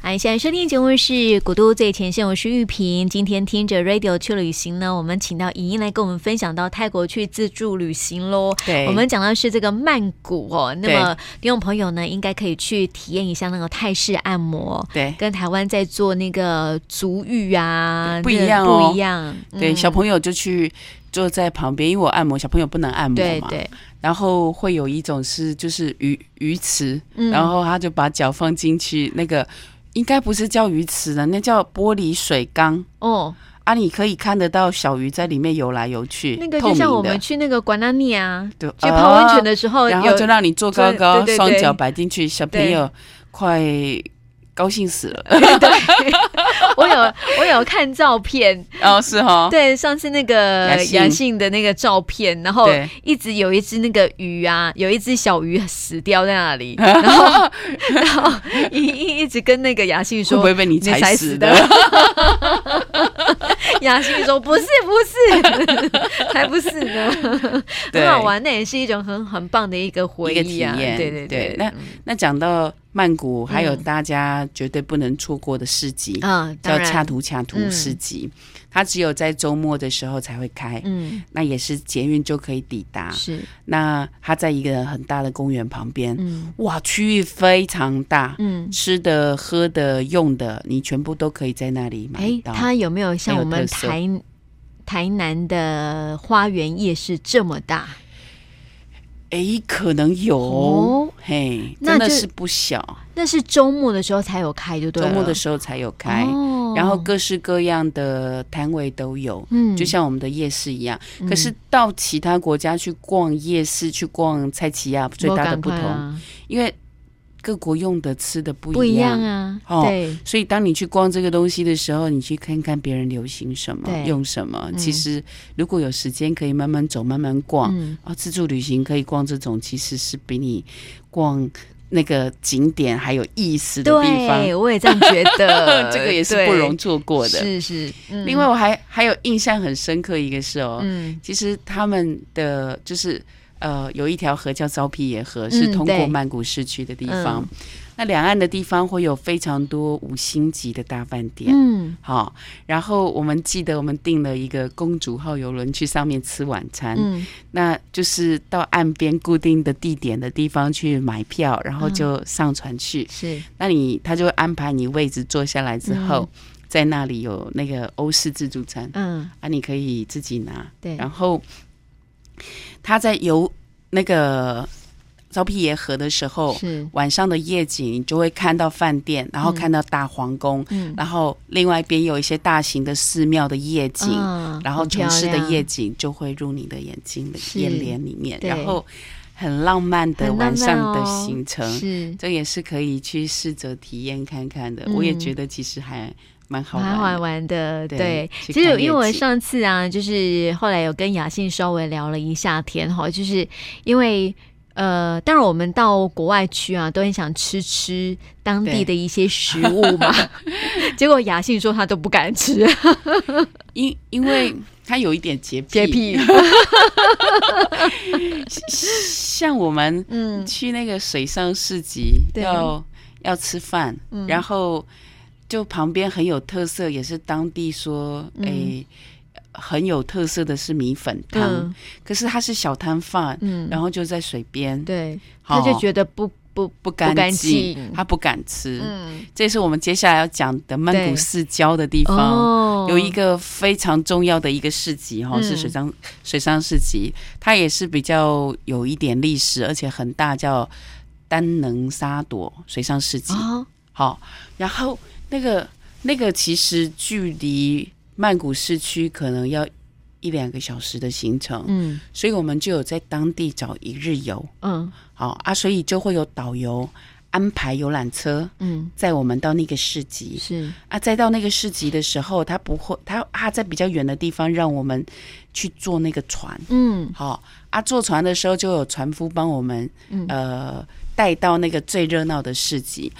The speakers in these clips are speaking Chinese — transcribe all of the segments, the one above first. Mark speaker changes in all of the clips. Speaker 1: 哎，现在收听节目是《古都最前线》，我是玉萍。今天听着 Radio 去旅行呢，我们请到莹莹来跟我们分享到泰国去自助旅行喽。
Speaker 2: 对
Speaker 1: 我们讲到是这个曼谷哦，那么听众朋友呢，应该可以去体验一下那个泰式按摩，
Speaker 2: 对
Speaker 1: 跟台湾在做那个足浴啊，
Speaker 2: 不一样哦
Speaker 1: 那个不一样。
Speaker 2: 对，
Speaker 1: 嗯
Speaker 2: 小朋友就去坐在旁边，因为我按摩，小朋友不能按摩
Speaker 1: 对
Speaker 2: 嘛。
Speaker 1: 对，
Speaker 2: 然后会有一种是就是鱼鱼池，
Speaker 1: 嗯
Speaker 2: 然后他就把脚放进去，那个应该不是叫鱼池的，那叫玻璃水缸
Speaker 1: 哦，
Speaker 2: 啊，你可以看得到小鱼在里面游来游去，
Speaker 1: 那个
Speaker 2: 透
Speaker 1: 就像我
Speaker 2: 明的
Speaker 1: 们，去那个管纳尼啊，
Speaker 2: 对，
Speaker 1: 去泡温泉
Speaker 2: 哦
Speaker 1: 的时候，
Speaker 2: 然
Speaker 1: 有
Speaker 2: 后就让你坐高高，
Speaker 1: 对对对
Speaker 2: 双脚摆进去，小朋友快高兴死了。
Speaker 1: 我有我有看照片，
Speaker 2: 哦，是哈，
Speaker 1: 对，上次那个
Speaker 2: 雅信
Speaker 1: 雅信的那个照片，然后
Speaker 2: 对
Speaker 1: 一直有一只那个鱼啊，有一只小鱼死掉在那 里，然后然后一一一直跟那个雅信
Speaker 2: 会
Speaker 1: 说
Speaker 2: 不会被你
Speaker 1: 你踩
Speaker 2: 踩
Speaker 1: 死
Speaker 2: 死
Speaker 1: 的
Speaker 2: 的？
Speaker 1: 雅欣说：“不是，不是， 才不是呢，
Speaker 2: 对
Speaker 1: 很好玩，那也是一种很很棒的一个回
Speaker 2: 一个体
Speaker 1: 忆啊。
Speaker 2: 验
Speaker 1: 对对嗯
Speaker 2: 对那那讲到曼谷，还有大家绝对不能错过的市集，
Speaker 1: 啊，
Speaker 2: 叫
Speaker 1: 当然
Speaker 2: 恰图恰图市集，它只有在周末的时候才会开。
Speaker 1: 嗯
Speaker 2: 那也是捷运就可以抵达。
Speaker 1: 是
Speaker 2: 那它在一个很大的公园旁边，
Speaker 1: 嗯
Speaker 2: 哇，区域非常大，
Speaker 1: 嗯。”
Speaker 2: 吃的、喝的、用的，你全部都可以在那里买
Speaker 1: 哎，
Speaker 2: 到。
Speaker 1: 它有没有像
Speaker 2: 很
Speaker 1: 我
Speaker 2: 有
Speaker 1: 们
Speaker 2: 特色
Speaker 1: 台台南的花园夜市这么大？
Speaker 2: 哎，可能有，
Speaker 1: 哦
Speaker 2: 嘿，
Speaker 1: 那
Speaker 2: 真的
Speaker 1: 就是
Speaker 2: 不小，
Speaker 1: 那是周末的时候才有开，就对啊
Speaker 2: 周
Speaker 1: 了。
Speaker 2: 末的时候才有开，
Speaker 1: 哦
Speaker 2: 然后各式各样的摊位都有。
Speaker 1: 嗯，
Speaker 2: 就像我们的夜市一样，
Speaker 1: 嗯
Speaker 2: 可是到其他国家去逛夜市、去逛菜奇亚，最大的不
Speaker 1: 我赶
Speaker 2: 同，
Speaker 1: 快啊
Speaker 2: 因为各国用的、吃的不
Speaker 1: 不一
Speaker 2: 一样。
Speaker 1: 样啊，
Speaker 2: 哦
Speaker 1: 对，
Speaker 2: 所以，当你去逛这个东西的时候，你去看看别人流行什么
Speaker 1: 对、
Speaker 2: 用什么。
Speaker 1: 嗯
Speaker 2: 其实，如果有时间，可以慢慢走、慢慢逛。
Speaker 1: 嗯，
Speaker 2: 哦，自助旅行可以逛这种，其实是比你逛那个景点还有意思的地方
Speaker 1: 对，。我也这样觉得，
Speaker 2: 这个也是不容
Speaker 1: 对
Speaker 2: 错过的。
Speaker 1: 是是，嗯
Speaker 2: 另外，我还还有印象很深刻一个是哦，
Speaker 1: 嗯，
Speaker 2: 其实他们的就是呃，有一条河叫昭披野河，
Speaker 1: 嗯
Speaker 2: 是通
Speaker 1: 对
Speaker 2: 过曼谷市区的地方。
Speaker 1: 嗯
Speaker 2: 那两岸的地方会有非常多五星级的大饭店。
Speaker 1: 嗯
Speaker 2: 好、然后我们记得我们订了一个公主号游轮去上面吃晚餐，
Speaker 1: 嗯
Speaker 2: 那就是到岸边固定的地点的地方去买票，然
Speaker 1: 嗯
Speaker 2: 后就上船去。
Speaker 1: 是，
Speaker 2: 那你他就会安排你位置坐下来之后，在那里有那个欧式自助餐
Speaker 1: 嗯
Speaker 2: 啊，你可以自己拿。
Speaker 1: 对，
Speaker 2: 然后他在游那个昭披耶河的时候，
Speaker 1: 是，
Speaker 2: 晚上的夜景你就会看到饭店，然后
Speaker 1: 嗯
Speaker 2: 看到大皇宫，
Speaker 1: 嗯，
Speaker 2: 然后另外一边有一些大型的寺庙的夜景，
Speaker 1: 嗯
Speaker 2: 然后
Speaker 1: 很
Speaker 2: 城市
Speaker 1: 漂
Speaker 2: 的
Speaker 1: 亮
Speaker 2: 夜景就会入你的眼睛的
Speaker 1: 是
Speaker 2: 眼帘里面，
Speaker 1: 对
Speaker 2: 然后很浪漫的
Speaker 1: 很浪
Speaker 2: 晚上
Speaker 1: 漫
Speaker 2: 的
Speaker 1: 哦
Speaker 2: 行程，
Speaker 1: 是
Speaker 2: 这也是可以去试着体验看看的。
Speaker 1: 嗯
Speaker 2: 我也觉得其实还蛮好
Speaker 1: 蛮好
Speaker 2: 玩的。
Speaker 1: 玩的，
Speaker 2: 对
Speaker 1: 对。
Speaker 2: 去
Speaker 1: 其实
Speaker 2: 看
Speaker 1: 因为
Speaker 2: 夜
Speaker 1: 我
Speaker 2: 景
Speaker 1: 上次啊，就是后来有跟雅信稍微聊了一下天哈，就是因为呃，当然我们到国外去啊，都很想吃吃当地
Speaker 2: 对
Speaker 1: 的一些食物嘛。 结果雅信说他都不敢 吃，
Speaker 2: 因因为它有一点 洁癖，
Speaker 1: 洁 癖。
Speaker 2: 像我们
Speaker 1: 嗯
Speaker 2: 去那个水上市集，
Speaker 1: 对
Speaker 2: 要要吃饭，
Speaker 1: 嗯
Speaker 2: 然后就旁边很有特色，也是当地说，
Speaker 1: 嗯
Speaker 2: 诶、很有特色的是米粉汤，
Speaker 1: 嗯
Speaker 2: 可是它是小摊贩，
Speaker 1: 嗯，
Speaker 2: 然后就在水边，
Speaker 1: 对，他
Speaker 2: 好
Speaker 1: 就觉得不不
Speaker 2: 不
Speaker 1: 不干
Speaker 2: 干
Speaker 1: 净
Speaker 2: 净，他不敢吃。
Speaker 1: 嗯
Speaker 2: 这是我们接下来要讲的曼
Speaker 1: 对
Speaker 2: 谷市郊的地方。
Speaker 1: 哦，
Speaker 2: 有一个非常重要的一个市集哈、
Speaker 1: 嗯
Speaker 2: 是水上水上市集，它也是比较有一点历史，而且很大，叫丹能沙朵水上市集。
Speaker 1: 哦，
Speaker 2: 好、然后那个那个其实距离曼谷市区可能要一两个小时的行程，
Speaker 1: 嗯
Speaker 2: 所以我们就有在当地找一日游。
Speaker 1: 嗯
Speaker 2: 好、啊，所以就会有导游安排游览车
Speaker 1: 嗯，
Speaker 2: 载我们到那个市集。
Speaker 1: 是
Speaker 2: 啊，再到那个市集的时候，他不会，他他在比较远的地方让我们去坐那个船，
Speaker 1: 嗯
Speaker 2: 好、啊，坐船的时候就有船夫帮我们，
Speaker 1: 嗯
Speaker 2: 呃，带到那个最热闹的市集。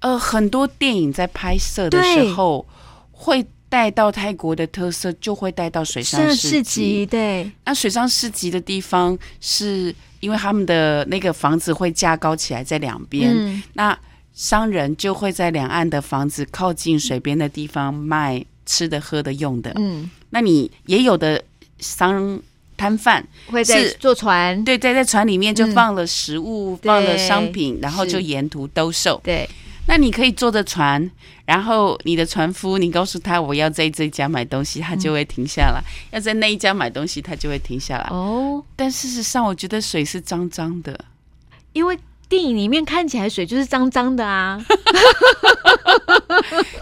Speaker 2: 呃，很多电影在拍摄的时
Speaker 1: 对
Speaker 2: 候会带到泰国的特色，就会带到水上
Speaker 1: 像
Speaker 2: 市
Speaker 1: 市
Speaker 2: 集。
Speaker 1: 集对，
Speaker 2: 那水上市集的地方是因为他们的那个房子会架高起来在两边，
Speaker 1: 嗯
Speaker 2: 那商人就会在两岸的房子靠近水边的地方卖吃的、喝的、用的。
Speaker 1: 嗯，
Speaker 2: 那你也有的商摊贩，
Speaker 1: 会在
Speaker 2: 是
Speaker 1: 坐船，
Speaker 2: 对，在在船里面就
Speaker 1: 嗯
Speaker 2: 放了食物，放了
Speaker 1: 对
Speaker 2: 商品，然后
Speaker 1: 是
Speaker 2: 就沿途兜售。
Speaker 1: 对，
Speaker 2: 那你可以坐着船，然后你的船夫，你告诉他我要在这家买东西，他就会停下来；要在那一家买东西，他就会停下来。
Speaker 1: 哦，
Speaker 2: 但事实上，我觉得水是脏脏的，
Speaker 1: 因为电影里面看起来水就是脏脏的 啊，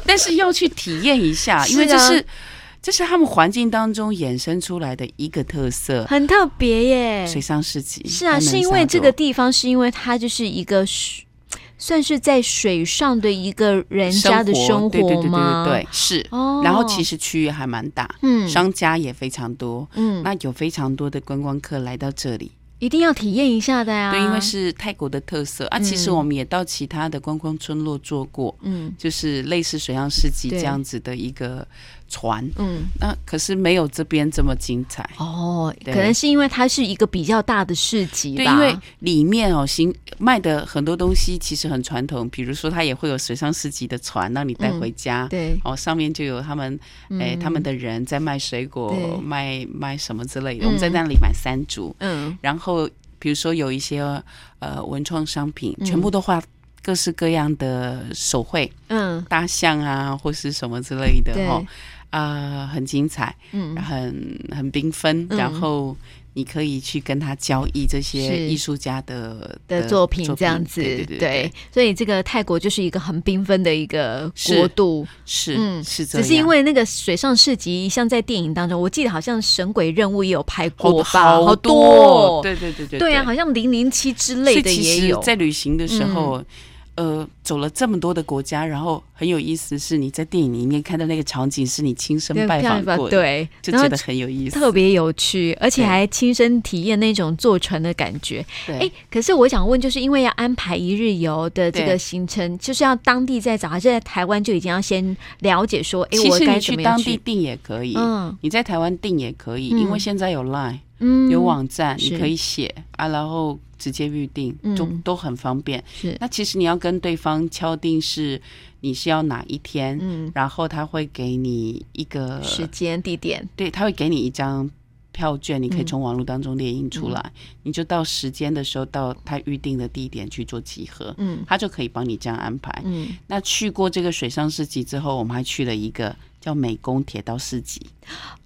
Speaker 2: 但是要去体验一下，
Speaker 1: 是啊
Speaker 2: 因为这是这是他们环境当中衍生出来的一个特色。
Speaker 1: 很特别耶。
Speaker 2: 水上市集
Speaker 1: 哎是啊，
Speaker 2: 台南
Speaker 1: 是因为
Speaker 2: 沙哦
Speaker 1: 这
Speaker 2: 洲
Speaker 1: 个地方，是因为它就是一个水算是在水上的一个人家的生
Speaker 2: 对对
Speaker 1: 活
Speaker 2: 对对
Speaker 1: 吗？
Speaker 2: 对对，是。
Speaker 1: 哦，
Speaker 2: 然后其实区域还蛮大，
Speaker 1: 嗯
Speaker 2: 商家也非常多，
Speaker 1: 嗯，
Speaker 2: 那有非常多的观光客来到这里。
Speaker 1: 一定要体验一下的呀、
Speaker 2: 对，因为是泰国的特色啊。其实
Speaker 1: 啊嗯
Speaker 2: 我们也到其他的观光村落做过，
Speaker 1: 嗯
Speaker 2: 就是类似水上市集
Speaker 1: 对
Speaker 2: 这样子的一个船，
Speaker 1: 嗯
Speaker 2: 那可是没有这边这么精彩。
Speaker 1: 哦，可
Speaker 2: 对
Speaker 1: 能是因为它是一个比较大的市集
Speaker 2: 对，
Speaker 1: 吧，
Speaker 2: 因为里面哦，行卖的很多东西其实很传统，比如说它也会有水上市集的船让你带回家，
Speaker 1: 嗯对，嗯
Speaker 2: 哦，上面就有他们哎、他们的人在卖水
Speaker 1: 对
Speaker 2: 果、卖卖什么之
Speaker 1: 嗯
Speaker 2: 类的。我们在那里买三株，
Speaker 1: 嗯
Speaker 2: 然后比如说有一些呃文创商品，
Speaker 1: 嗯
Speaker 2: 全部都画各式各样的手绘
Speaker 1: 嗯
Speaker 2: 大象啊，或是什么之类的
Speaker 1: 对
Speaker 2: 哈，啊、很精彩，
Speaker 1: 嗯
Speaker 2: 很很缤纷，
Speaker 1: 嗯
Speaker 2: 然后。你可以去跟他交易这
Speaker 1: 是
Speaker 2: 些艺术家的
Speaker 1: 的作品这样子，
Speaker 2: 对对对对
Speaker 1: 所以这个泰国就是一个很缤纷的一个
Speaker 2: 是
Speaker 1: 国度，
Speaker 2: 是、
Speaker 1: 嗯
Speaker 2: 是这
Speaker 1: 只
Speaker 2: 样，
Speaker 1: 是因为那个水上市集，像在电影当中，我记得好像《神鬼任务》也有拍
Speaker 2: 好
Speaker 1: 过吧，
Speaker 2: 好
Speaker 1: 好
Speaker 2: 多
Speaker 1: 哦
Speaker 2: 哦，对对对对
Speaker 1: 对啊，好像零零七之类的
Speaker 2: 所以
Speaker 1: 也
Speaker 2: 其实
Speaker 1: 有，嗯
Speaker 2: 在旅行的时候，呃，走了这么多的国家，然后很有意思，是你在电影里面看到那个场景，是你亲身
Speaker 1: 对
Speaker 2: 拜访
Speaker 1: 吧
Speaker 2: 过的，
Speaker 1: 对，
Speaker 2: 就
Speaker 1: 然后
Speaker 2: 觉得很有意思。
Speaker 1: 特别有趣，而且
Speaker 2: 对
Speaker 1: 还亲身体验那种坐船的感觉。
Speaker 2: 对，
Speaker 1: 哎，可是我想问，就是因为要安排一日游的这个
Speaker 2: 对
Speaker 1: 行程，就是要当地再找，还是在台湾就已经要先了解说，哎，
Speaker 2: 其
Speaker 1: 我
Speaker 2: 实
Speaker 1: 该怎
Speaker 2: 你去
Speaker 1: 么样
Speaker 2: 当
Speaker 1: 去
Speaker 2: 地？订也可以，
Speaker 1: 嗯
Speaker 2: 你在台湾订也可以，
Speaker 1: 嗯
Speaker 2: 因为现在有 Line、
Speaker 1: 嗯，
Speaker 2: 有网站，
Speaker 1: 是
Speaker 2: 你可以写啊，然后直接预定，都
Speaker 1: 嗯
Speaker 2: 都很方便。
Speaker 1: 是
Speaker 2: 那其实你要跟对方敲定是你是要哪一天，
Speaker 1: 嗯
Speaker 2: 然后他会给你一个
Speaker 1: 时间地点，
Speaker 2: 对，他会给你一张票券，你可以
Speaker 1: 嗯
Speaker 2: 从网络当中列印出来，你就到时间的时候到他预定的地点去做集合，
Speaker 1: 嗯
Speaker 2: 他就可以帮你这样安排。
Speaker 1: 嗯，
Speaker 2: 那去过这个水上市集之后，我们还去了一个叫美工铁道市集，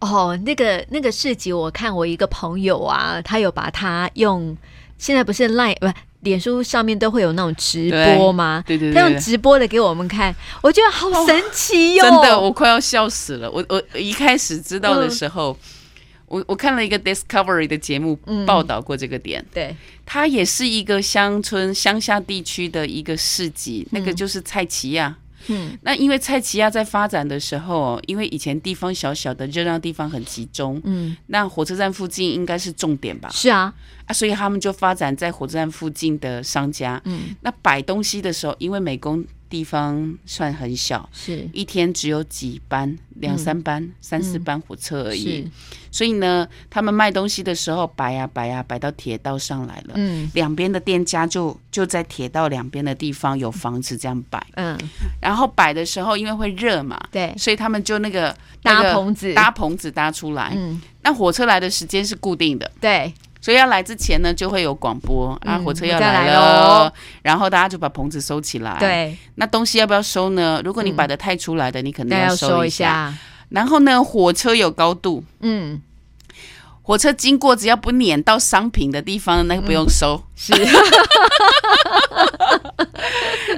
Speaker 1: 哦，那个那个市集，我看我一个朋友啊，他有把它用，现在不是 Line 不，脸书上面都会有那种直播吗？
Speaker 2: 对对
Speaker 1: 他
Speaker 2: 对
Speaker 1: 用
Speaker 2: 对。
Speaker 1: 直播的给我们看，我觉得好神奇哟、
Speaker 2: 真的，我快要笑死了！我我一开始知道的时候，我我看了一个 Discovery 的节目
Speaker 1: 嗯
Speaker 2: 报道过这个点，
Speaker 1: 对，
Speaker 2: 它也是一个乡村乡下地区的一个市集，那个就是蔡奇亚，
Speaker 1: 嗯
Speaker 2: 那因为蔡奇亚在发展的时候，因为以前地方小小的，热闹地方很集中，
Speaker 1: 嗯，
Speaker 2: 那火车站附近应该是重点吧？
Speaker 1: 是啊，
Speaker 2: 啊，所以他们就发展在火车站附近的商家。
Speaker 1: 嗯
Speaker 2: 那摆东西的时候，因为美工地方算很小，
Speaker 1: 是
Speaker 2: 一天只有几班、两三班、三四班火车而已，
Speaker 1: 嗯是，
Speaker 2: 所以呢，他们卖东西的时候摆呀摆呀摆到铁道上来了。
Speaker 1: 嗯
Speaker 2: 两边的店家就就在铁道两边的地方有房子这样摆，
Speaker 1: 嗯，
Speaker 2: 然后摆的时候因为会热嘛，
Speaker 1: 对，
Speaker 2: 所以他们就那个
Speaker 1: 搭
Speaker 2: 那个
Speaker 1: 棚子
Speaker 2: 搭棚子搭出来。
Speaker 1: 嗯
Speaker 2: 那火车来的时间是固定的，
Speaker 1: 对，
Speaker 2: 所以要来之前呢，就会有广播啊，
Speaker 1: 嗯
Speaker 2: 火车要
Speaker 1: 我再来
Speaker 2: 来
Speaker 1: 喽
Speaker 2: 了，然后大家就把棚子收起来。，
Speaker 1: 对，
Speaker 2: 那东西要不要收呢？如果你摆的太出来的，你可
Speaker 1: 大
Speaker 2: 能
Speaker 1: 家嗯要
Speaker 2: 收
Speaker 1: 说
Speaker 2: 一
Speaker 1: 一。下，
Speaker 2: 然后呢，火车有高度，
Speaker 1: 嗯，
Speaker 2: 火车经过只要不碾到商品的地方，那
Speaker 1: 嗯
Speaker 2: 个不用收。
Speaker 1: 是，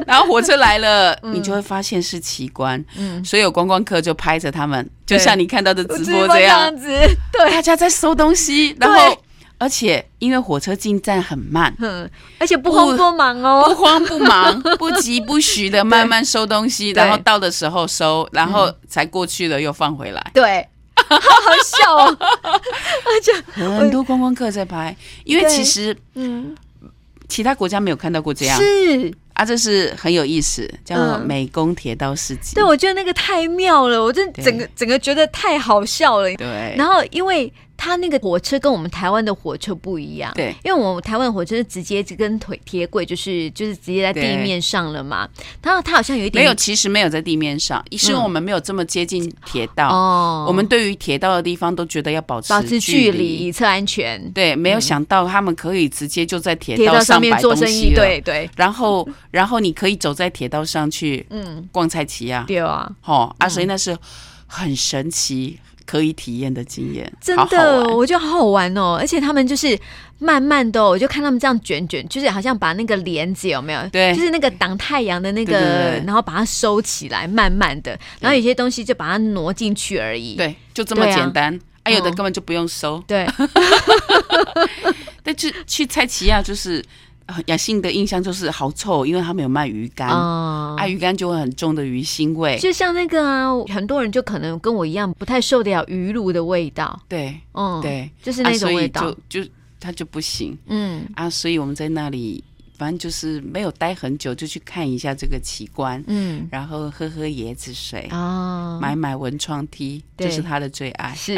Speaker 2: 然后火车来了，你就会发现是奇观，
Speaker 1: 嗯，
Speaker 2: 所以有观光客就拍着他们，就
Speaker 1: 对
Speaker 2: 像你看到的直播
Speaker 1: 这
Speaker 2: 这样，
Speaker 1: 样子，对。，
Speaker 2: 大家在收东西，然后而且因为火车进站很慢
Speaker 1: 嗯，而且不慌不忙哦
Speaker 2: 不，慌 不忙、不急不徐的慢慢收东西，
Speaker 1: 对嗯
Speaker 2: 然后到的时候收，然后才过去了又放回来。
Speaker 1: 对，好好笑哦，而且，
Speaker 2: 很多观光客在拍，因为
Speaker 1: 对
Speaker 2: 其实
Speaker 1: 嗯，
Speaker 2: 其他国家没有看到过这样
Speaker 1: 是，
Speaker 2: 啊，这是很有意思，叫
Speaker 1: 嗯
Speaker 2: 美工铁道市集。
Speaker 1: 对我觉得那个太妙了，我真整个整个觉得太好笑了。
Speaker 2: 对
Speaker 1: 然后因为它那个火车跟我们台湾的火车不一样。
Speaker 2: 对，
Speaker 1: 因为我们台湾的火车是直接跟腿铁轨，就是就是直接在地
Speaker 2: 对
Speaker 1: 面上了嘛。它它好像有一点
Speaker 2: 没有，其实没有在地面上，是因为我们没有这么接近铁道，
Speaker 1: 哦，
Speaker 2: 我们对于铁道的地方都觉得要保持
Speaker 1: 保持距
Speaker 2: 距
Speaker 1: 离以测安全，
Speaker 2: 对，没有想到他们可以直接就在铁
Speaker 1: 铁道上面
Speaker 2: 摆
Speaker 1: 做
Speaker 2: 东
Speaker 1: 生
Speaker 2: 西
Speaker 1: 意，
Speaker 2: 了。
Speaker 1: 对对，
Speaker 2: 然后，然后你可以走在铁道上去
Speaker 1: 嗯，
Speaker 2: 逛菜奇亚，
Speaker 1: 对啊。
Speaker 2: 哦，啊，所以那是很神奇可以体验的经验，
Speaker 1: 真
Speaker 2: 好好
Speaker 1: 的，
Speaker 2: 玩
Speaker 1: 我觉得好好玩哦！而且他们就是慢慢的哦、我就看他们这样卷卷，就是好像把那个帘子有没有？
Speaker 2: 对
Speaker 1: 就是那个挡太阳的那个，
Speaker 2: 对对对
Speaker 1: 然后把它收起来，慢慢的，然后有些东西就把它挪进去而已。
Speaker 2: 对，就这么
Speaker 1: 对啊
Speaker 2: 简单。啊，有的
Speaker 1: 嗯
Speaker 2: 根本就不用收。
Speaker 1: 对，
Speaker 2: 但去去菜奇亚就是呃雅信的印象就是好臭，因为他们有卖鱼干，
Speaker 1: 啊、
Speaker 2: 啊，鱼干就会很重的鱼腥味。
Speaker 1: 就像那个啊，很多人就可能跟我一样，不太受得了鱼露的味道。
Speaker 2: 对
Speaker 1: 嗯，，
Speaker 2: 对，
Speaker 1: 就是
Speaker 2: 啊，
Speaker 1: 那
Speaker 2: 所
Speaker 1: 种
Speaker 2: 以
Speaker 1: 味道。
Speaker 2: 就就它就不行。
Speaker 1: 嗯
Speaker 2: 啊，所以我们在那里，反正就是没有待很久，就去看一下这个奇观，
Speaker 1: 嗯
Speaker 2: 然后喝喝椰子水，
Speaker 1: 啊，
Speaker 2: 买买文创 T，
Speaker 1: 对
Speaker 2: 这是他的最爱。
Speaker 1: 是，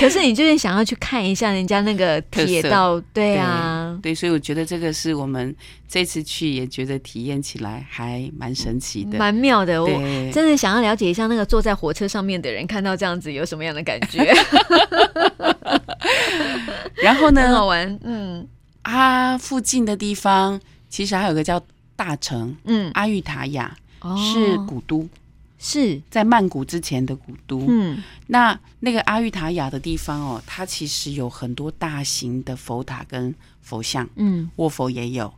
Speaker 1: 可是你就是想要去看一下人家那个铁道，对啊，
Speaker 2: 对，所以我觉得这个是我们这次去也觉得体验起来还蛮神奇的。
Speaker 1: 蛮妙的。我
Speaker 2: 对，
Speaker 1: 真的想要了解一下那个坐在火车上面的人看到这样子有什么样的感 觉，
Speaker 2: 然 后
Speaker 1: 很好
Speaker 2: 呢，
Speaker 1: 玩。嗯
Speaker 2: 啊，附近的地方其实还有个叫大城
Speaker 1: 嗯，
Speaker 2: 阿育塔亚，
Speaker 1: 哦
Speaker 2: 是古都，
Speaker 1: 是
Speaker 2: 在曼谷之前的古都。
Speaker 1: 嗯
Speaker 2: 那那个阿育塔雅的地方哦，它其实有很多大型的佛塔跟佛像，
Speaker 1: 嗯
Speaker 2: 卧佛也有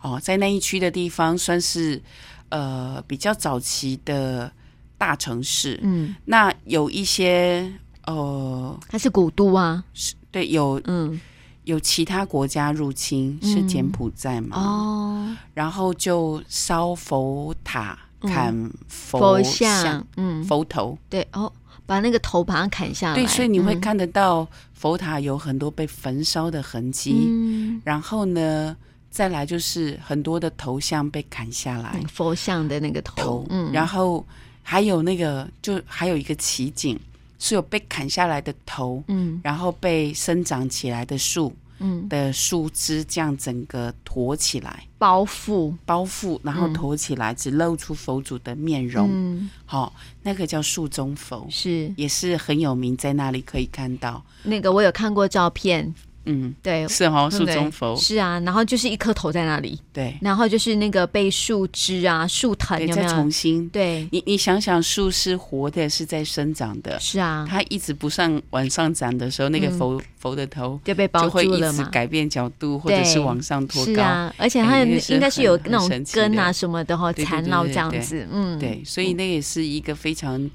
Speaker 2: 哦，在那一区的地方算是呃比较早期的大城市。
Speaker 1: 嗯，
Speaker 2: 那有一些呃，
Speaker 1: 它是古都啊，
Speaker 2: 对，有
Speaker 1: 嗯
Speaker 2: 有其他国家入侵，是
Speaker 1: 嗯
Speaker 2: 柬埔寨嘛？
Speaker 1: 哦，
Speaker 2: 然后就烧佛塔、
Speaker 1: 嗯
Speaker 2: 砍佛
Speaker 1: 佛像，嗯
Speaker 2: 佛头，
Speaker 1: 对哦，把那个头把它砍下来，
Speaker 2: 对，所以你会
Speaker 1: 嗯
Speaker 2: 看得到佛塔有很多被焚烧的痕迹。
Speaker 1: 嗯
Speaker 2: 然后呢，再来就是很多的头像被砍下来，
Speaker 1: 嗯佛像的那个头
Speaker 2: 哎头，，
Speaker 1: 嗯，
Speaker 2: 然后还有那个，就还有一个奇景，是有被砍下来的头，
Speaker 1: 嗯
Speaker 2: 然后被生长起来的树
Speaker 1: 嗯
Speaker 2: 的树枝这样整个坨起来。
Speaker 1: 包覆，
Speaker 2: 包覆，然后
Speaker 1: 嗯
Speaker 2: 坨起来，只露出佛祖的面容。
Speaker 1: 嗯
Speaker 2: 好、那个叫树中佛，
Speaker 1: 是
Speaker 2: 也是很有名，在那里可以看到。
Speaker 1: 那个我有看过照片，
Speaker 2: 嗯，
Speaker 1: 对，
Speaker 2: 是哦，
Speaker 1: 对不
Speaker 2: 树
Speaker 1: 对
Speaker 2: 中佛，
Speaker 1: 是啊，然后就是一颗头在那里，
Speaker 2: 对，
Speaker 1: 然后就是那个被树枝啊、树藤
Speaker 2: 对，
Speaker 1: 有没
Speaker 2: 再
Speaker 1: 有
Speaker 2: 重？新
Speaker 1: 对，
Speaker 2: 你你想想，树是活的，是在生长的，
Speaker 1: 是啊，
Speaker 2: 它一直不上往上长的时候，那个
Speaker 1: 嗯
Speaker 2: 佛、佛的头
Speaker 1: 就被包
Speaker 2: 就会
Speaker 1: 住
Speaker 2: 一
Speaker 1: 了
Speaker 2: 直
Speaker 1: 嘛。
Speaker 2: 改变角度，或者是往上托
Speaker 1: 是
Speaker 2: 高。
Speaker 1: 啊，而且它
Speaker 2: 哎那个是
Speaker 1: 应该是有
Speaker 2: 很
Speaker 1: 那种
Speaker 2: 很神奇的
Speaker 1: 根啊什么的哈，
Speaker 2: 对对
Speaker 1: 缠
Speaker 2: 对
Speaker 1: 绕
Speaker 2: 对
Speaker 1: 这样
Speaker 2: 对
Speaker 1: 子，嗯，
Speaker 2: 对，所以那也是一个非常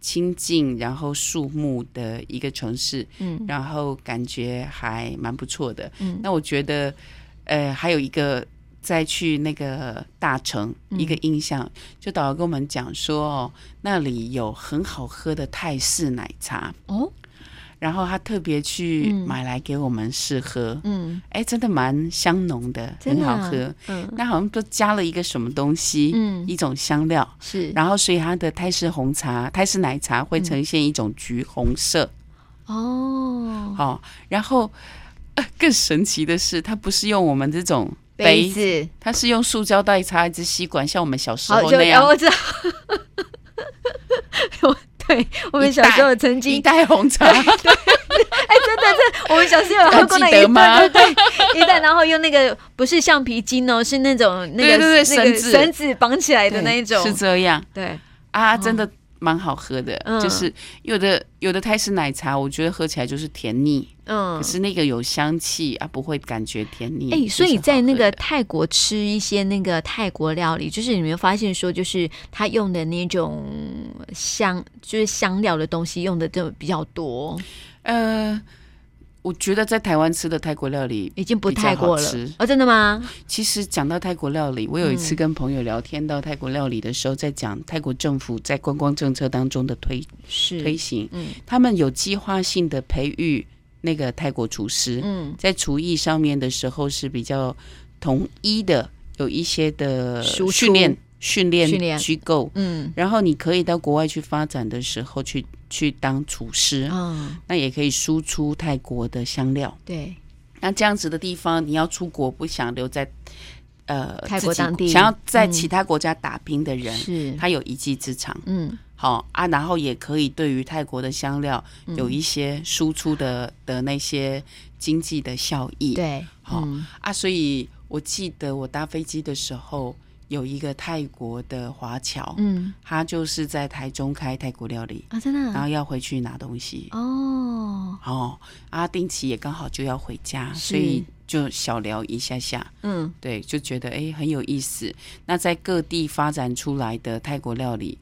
Speaker 2: 亲近，然后树木的一个城市，
Speaker 1: 嗯，
Speaker 2: 然后感觉还蛮不错的。
Speaker 1: 嗯
Speaker 2: 那我觉得，呃，还有一个再去那个大城，一
Speaker 1: 嗯
Speaker 2: 个印象，就导游跟我们讲说，哦，那里有很好喝的泰式奶茶，
Speaker 1: 哦，
Speaker 2: 然后他特别去
Speaker 1: 嗯
Speaker 2: 买来给我们试喝，
Speaker 1: 嗯
Speaker 2: 哎、真的蛮香浓的，
Speaker 1: 真
Speaker 2: 很
Speaker 1: 的啊
Speaker 2: 好喝。
Speaker 1: 嗯
Speaker 2: 那好像都加了一个什么东西，
Speaker 1: 嗯，
Speaker 2: 一种香料。
Speaker 1: 是
Speaker 2: 然后所以它的泰式红茶、泰式奶茶会呈现一种橘红色，
Speaker 1: 哦，
Speaker 2: 哦，然后、呃、更神奇的是，它不是用我们这种
Speaker 1: 杯
Speaker 2: 杯，
Speaker 1: 子，
Speaker 2: 它是用塑胶袋插一支吸管，像我们小时
Speaker 1: 好
Speaker 2: 候
Speaker 1: 就
Speaker 2: 那
Speaker 1: 哦
Speaker 2: 样。
Speaker 1: 我知道， 我对我们
Speaker 2: 一
Speaker 1: 小时候曾经
Speaker 2: 一袋红茶，
Speaker 1: 哎，真的，这 我们小时哦候有喝过那
Speaker 2: 还
Speaker 1: 一
Speaker 2: 记得吗
Speaker 1: 对对对，一袋，然后用那个不是橡皮筋哦，是那种那个
Speaker 2: 对对对
Speaker 1: 那个
Speaker 2: 绳子
Speaker 1: 绳子绑起来的
Speaker 2: 对
Speaker 1: 那一种，
Speaker 2: 是这样
Speaker 1: 对，
Speaker 2: 啊，真的蛮好喝的。
Speaker 1: 嗯
Speaker 2: 就是有的有的泰式奶茶，我觉得喝起来就是甜腻，
Speaker 1: 嗯
Speaker 2: 可。是那个有香气啊，不会感觉甜腻。
Speaker 1: 哎、所以
Speaker 2: 就是好
Speaker 1: 在那
Speaker 2: 喝
Speaker 1: 个
Speaker 2: 的
Speaker 1: 泰国吃一些那个泰国料理，就是你有没有发现说，就是他用的那种香，就是香料的东西用的就比较多，
Speaker 2: 呃，我觉得在台湾吃的泰国料理
Speaker 1: 已经不
Speaker 2: 比较
Speaker 1: 泰
Speaker 2: 好
Speaker 1: 国了
Speaker 2: 吃。
Speaker 1: 哦，真的吗？
Speaker 2: 其实讲到泰国料理，我有一次
Speaker 1: 嗯
Speaker 2: 跟朋友聊天到泰国料理的时候，在讲泰国政府在观光政策当中的推推
Speaker 1: 是，
Speaker 2: 行，
Speaker 1: 嗯
Speaker 2: 他们有计划性的培育那个泰国厨师，
Speaker 1: 嗯，
Speaker 2: 在厨艺上面的时候是比较统一的，有一些的
Speaker 1: 输出
Speaker 2: 训练训
Speaker 1: 训练
Speaker 2: 练机构，
Speaker 1: 嗯
Speaker 2: 然后你可以到国外去发展的时候去去当厨师，
Speaker 1: 嗯，
Speaker 2: 那也可以输出泰国的香料。
Speaker 1: 对，
Speaker 2: 那这样子的地方，你要出国不想留在呃
Speaker 1: 泰国
Speaker 2: 自己
Speaker 1: 当地
Speaker 2: 想要在
Speaker 1: 嗯
Speaker 2: 其他国家打拼的人，
Speaker 1: 是，
Speaker 2: 他有一技之长。
Speaker 1: 嗯
Speaker 2: 好、啊，然后也可以对于泰国的香料
Speaker 1: 嗯
Speaker 2: 有一些输出的、的那些经济的效益。
Speaker 1: 对，
Speaker 2: 好
Speaker 1: 嗯
Speaker 2: 啊，所以我记得我搭飞机的时候，有一个泰国的华侨，
Speaker 1: 嗯
Speaker 2: 他就是在台中开泰国料理，
Speaker 1: 啊，真的
Speaker 2: 然
Speaker 1: 啊
Speaker 2: 后要回去拿东西。
Speaker 1: 哦，
Speaker 2: 哦，啊，丁奇也刚好就要回家，
Speaker 1: 是
Speaker 2: 所以就小聊一下下，
Speaker 1: 嗯
Speaker 2: 对，就觉得哎很有意思。那在各地发展出来的泰国料理，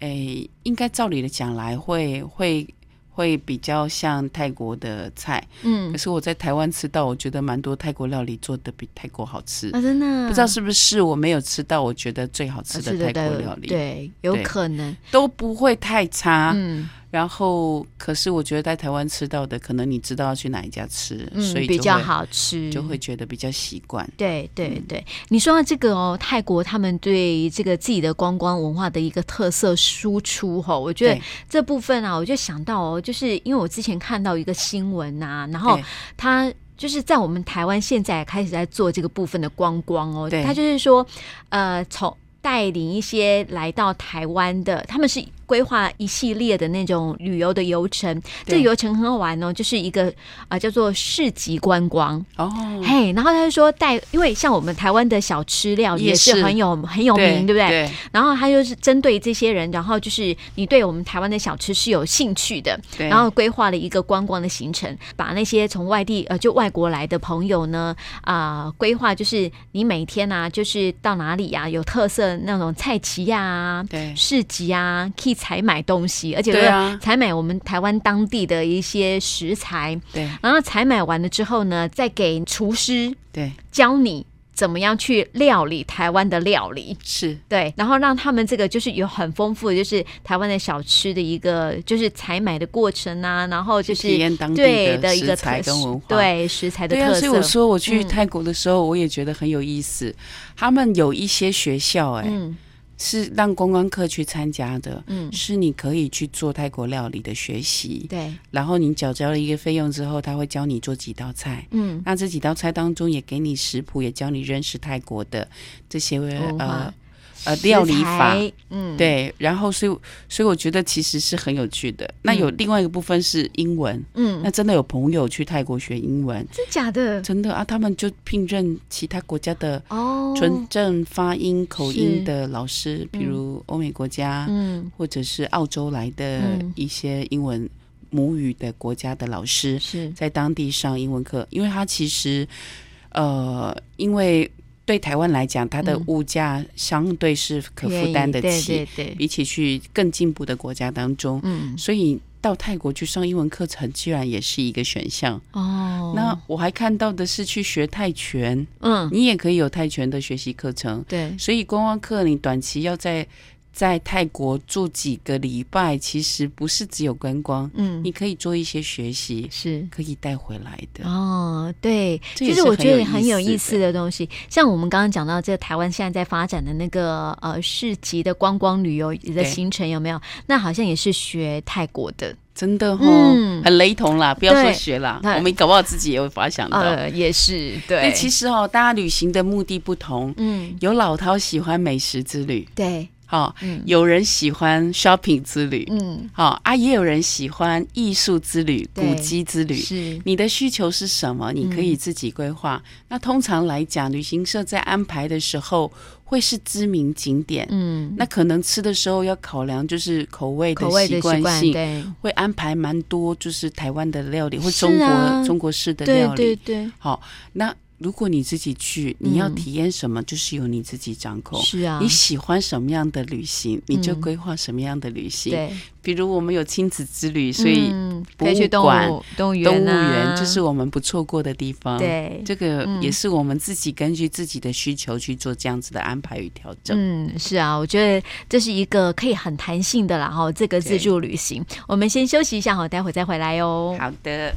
Speaker 2: 哎，应该照理的讲来会会会比较像泰国的菜，可
Speaker 1: 嗯
Speaker 2: 是我在台湾吃到，我觉得蛮多泰国料理做的比泰国好吃，
Speaker 1: 啊，真的啊
Speaker 2: 不知道是不是我没有吃到我觉得最好
Speaker 1: 啊
Speaker 2: 吃的泰国料理，
Speaker 1: 对，有
Speaker 2: 对啊
Speaker 1: 可能，
Speaker 2: 都不会太差。
Speaker 1: 嗯
Speaker 2: 然后，可是我觉得在台湾吃到的，可能你知道要去哪一家吃，
Speaker 1: 嗯
Speaker 2: 所以，就
Speaker 1: 比较
Speaker 2: 会，
Speaker 1: 好嗯吃，
Speaker 2: 就会觉得比较习惯。
Speaker 1: 对对
Speaker 2: 嗯
Speaker 1: 对，你说到这个哦，泰国他们对这个自己的观光文化的一个特色输出哈、我觉得
Speaker 2: 对
Speaker 1: 这部分啊，我就想到哦，就是因为我之前看到一个新闻呐、然后
Speaker 2: 对
Speaker 1: 他。就是在我们台湾现在开始在做这个部分的观光哦，
Speaker 2: 对
Speaker 1: 他就是说，呃，从带领一些来到台湾的，他们是规划一系列的那种旅游的游程，这
Speaker 2: 对
Speaker 1: 个游程很好玩哦，就是一个啊、呃叫做市集观光，
Speaker 2: 哦，
Speaker 1: 嘿，然后他就说带，因为像我们台湾的小吃料
Speaker 2: 夜
Speaker 1: 也是
Speaker 2: 市
Speaker 1: 很有很有名，对不对？
Speaker 2: 对？
Speaker 1: 然后他就是针对这些人，然后就是你对我们台湾的小吃是有兴趣的，
Speaker 2: 对
Speaker 1: 然后规划了一个观光的行程，把那些从外地呃就外国来的朋友呢啊、规划就是你每天啊就是到哪里啊有特色那种菜旗呀、啊、
Speaker 2: 对
Speaker 1: 市集啊可以采买东西，而且
Speaker 2: 对啊
Speaker 1: 采买我们台湾当地的一些食材，
Speaker 2: 对
Speaker 1: 然后采买完了之后呢，再给厨师
Speaker 2: 对，
Speaker 1: 教你怎么样去料理台湾的料理。
Speaker 2: 是
Speaker 1: 对，然后让他们这个就是有很丰富的，就是台湾的小吃的一个就是采买的过程啊，然后就是
Speaker 2: 体验当地
Speaker 1: 对的一
Speaker 2: 食
Speaker 1: 个
Speaker 2: 材
Speaker 1: 特
Speaker 2: 跟文化。
Speaker 1: 对食材的
Speaker 2: 对啊，
Speaker 1: 特
Speaker 2: 所以我
Speaker 1: 色。
Speaker 2: 说我去
Speaker 1: 嗯
Speaker 2: 泰国的时候，我也觉得很有意思。他们有一些学校、哎、
Speaker 1: 嗯
Speaker 2: 是让观光客去参加的，
Speaker 1: 嗯，
Speaker 2: 是你可以去做泰国料理的学习，
Speaker 1: 对，
Speaker 2: 然后你缴交了一个费用之后，他会教你做几道菜。
Speaker 1: 嗯
Speaker 2: 那这几道菜当中，也给你食谱，也教你认识泰国的这些
Speaker 1: 文化
Speaker 2: 呃呃料理法。
Speaker 1: 食材嗯，
Speaker 2: 对，然后所以所以我觉得其实是很有趣的。那有另外一个部分是英文，
Speaker 1: 嗯，
Speaker 2: 那真的有朋友去泰国学英文，
Speaker 1: 真假的
Speaker 2: 真的啊，他们就聘任其他国家的
Speaker 1: 哦，
Speaker 2: 纯正发音、口
Speaker 1: 是
Speaker 2: 音的老师，比如欧美国家、
Speaker 1: 嗯
Speaker 2: 或者是澳洲来的
Speaker 1: 嗯
Speaker 2: 一些英文母语的国家的老师，
Speaker 1: 是
Speaker 2: 在当地上英文课，因为他其实呃，因为对台湾来讲，它的
Speaker 1: 嗯
Speaker 2: 物价相对是可负担得
Speaker 1: 愿意
Speaker 2: 起，
Speaker 1: 对对对，
Speaker 2: 比起去更进步的国家当中，
Speaker 1: 嗯
Speaker 2: 所以到泰国去上英文课程，居然也是一个选项。
Speaker 1: 哦，
Speaker 2: 那我还看到的是去学泰拳，
Speaker 1: 嗯
Speaker 2: 你也可以有泰拳的学习课程。
Speaker 1: 对
Speaker 2: 所以观光客，你短期要在在泰国住几个礼拜，其实不是只有观光，
Speaker 1: 嗯
Speaker 2: 你可以做一些学习，
Speaker 1: 是
Speaker 2: 可以带回来的。
Speaker 1: 哦，对，其
Speaker 2: 这也
Speaker 1: 实
Speaker 2: 是
Speaker 1: 我
Speaker 2: 很
Speaker 1: 觉
Speaker 2: 有
Speaker 1: 得
Speaker 2: 意
Speaker 1: 很有
Speaker 2: 思
Speaker 1: 意思的东西，像我们刚刚讲到这个台湾现在在发展的那个呃市集的观光旅游的
Speaker 2: 对
Speaker 1: 行程有没有？那好像也是学泰国的，
Speaker 2: 真的哈、
Speaker 1: 嗯
Speaker 2: 很雷同啦，不要
Speaker 1: 对
Speaker 2: 说学啦
Speaker 1: 那，
Speaker 2: 我们搞不好自己也会发想到。
Speaker 1: 呃，也是
Speaker 2: 对，
Speaker 1: 对，
Speaker 2: 嗯其
Speaker 1: 实
Speaker 2: 实哦，大家旅行的目的不同，
Speaker 1: 嗯，
Speaker 2: 有老饕喜欢美食之旅，
Speaker 1: 对，
Speaker 2: 好、
Speaker 1: 嗯
Speaker 2: 有人喜欢 shopping 之旅，
Speaker 1: 嗯，
Speaker 2: 好、啊，也有人喜欢艺术之旅、
Speaker 1: 对
Speaker 2: 古迹之旅。
Speaker 1: 是
Speaker 2: 你的需求是什么？你可以自己规划。
Speaker 1: 嗯
Speaker 2: 那通常来讲，旅行社在安排的时候会是知名景点，
Speaker 1: 嗯，
Speaker 2: 那可能吃的时候要考量就是口味
Speaker 1: 口
Speaker 2: 的
Speaker 1: 味
Speaker 2: 习
Speaker 1: 的
Speaker 2: 惯
Speaker 1: 习惯，
Speaker 2: 性，
Speaker 1: 对，
Speaker 2: 会安排蛮多就是台湾的料理或
Speaker 1: 是
Speaker 2: 中国、
Speaker 1: 啊
Speaker 2: 中国式的
Speaker 1: 对
Speaker 2: 料
Speaker 1: 对
Speaker 2: 理。
Speaker 1: 对，
Speaker 2: 好、那如果你自己去，你要
Speaker 1: 嗯
Speaker 2: 体验什么，就是由你自己掌控。
Speaker 1: 是啊
Speaker 2: 你，喜欢什么样的旅行，你就
Speaker 1: 嗯
Speaker 2: 规划什么样的旅行。
Speaker 1: 对，
Speaker 2: 比如我们有亲子之旅，所以
Speaker 1: 嗯
Speaker 2: 博
Speaker 1: 可以去
Speaker 2: 物
Speaker 1: 动
Speaker 2: 馆
Speaker 1: 物动物
Speaker 2: 动物
Speaker 1: 园啊
Speaker 2: 园就是我们不错过的地方。，
Speaker 1: 对。
Speaker 2: 这个
Speaker 1: 嗯
Speaker 2: 也是我们自己根据自己的需求去做这样子的安排与调整。
Speaker 1: 嗯，是啊，我觉得这是一个可以很弹性的啦哈，这个自
Speaker 2: 对
Speaker 1: 助旅行。我们先休息一下哈，待会再回来哦。
Speaker 2: 好的。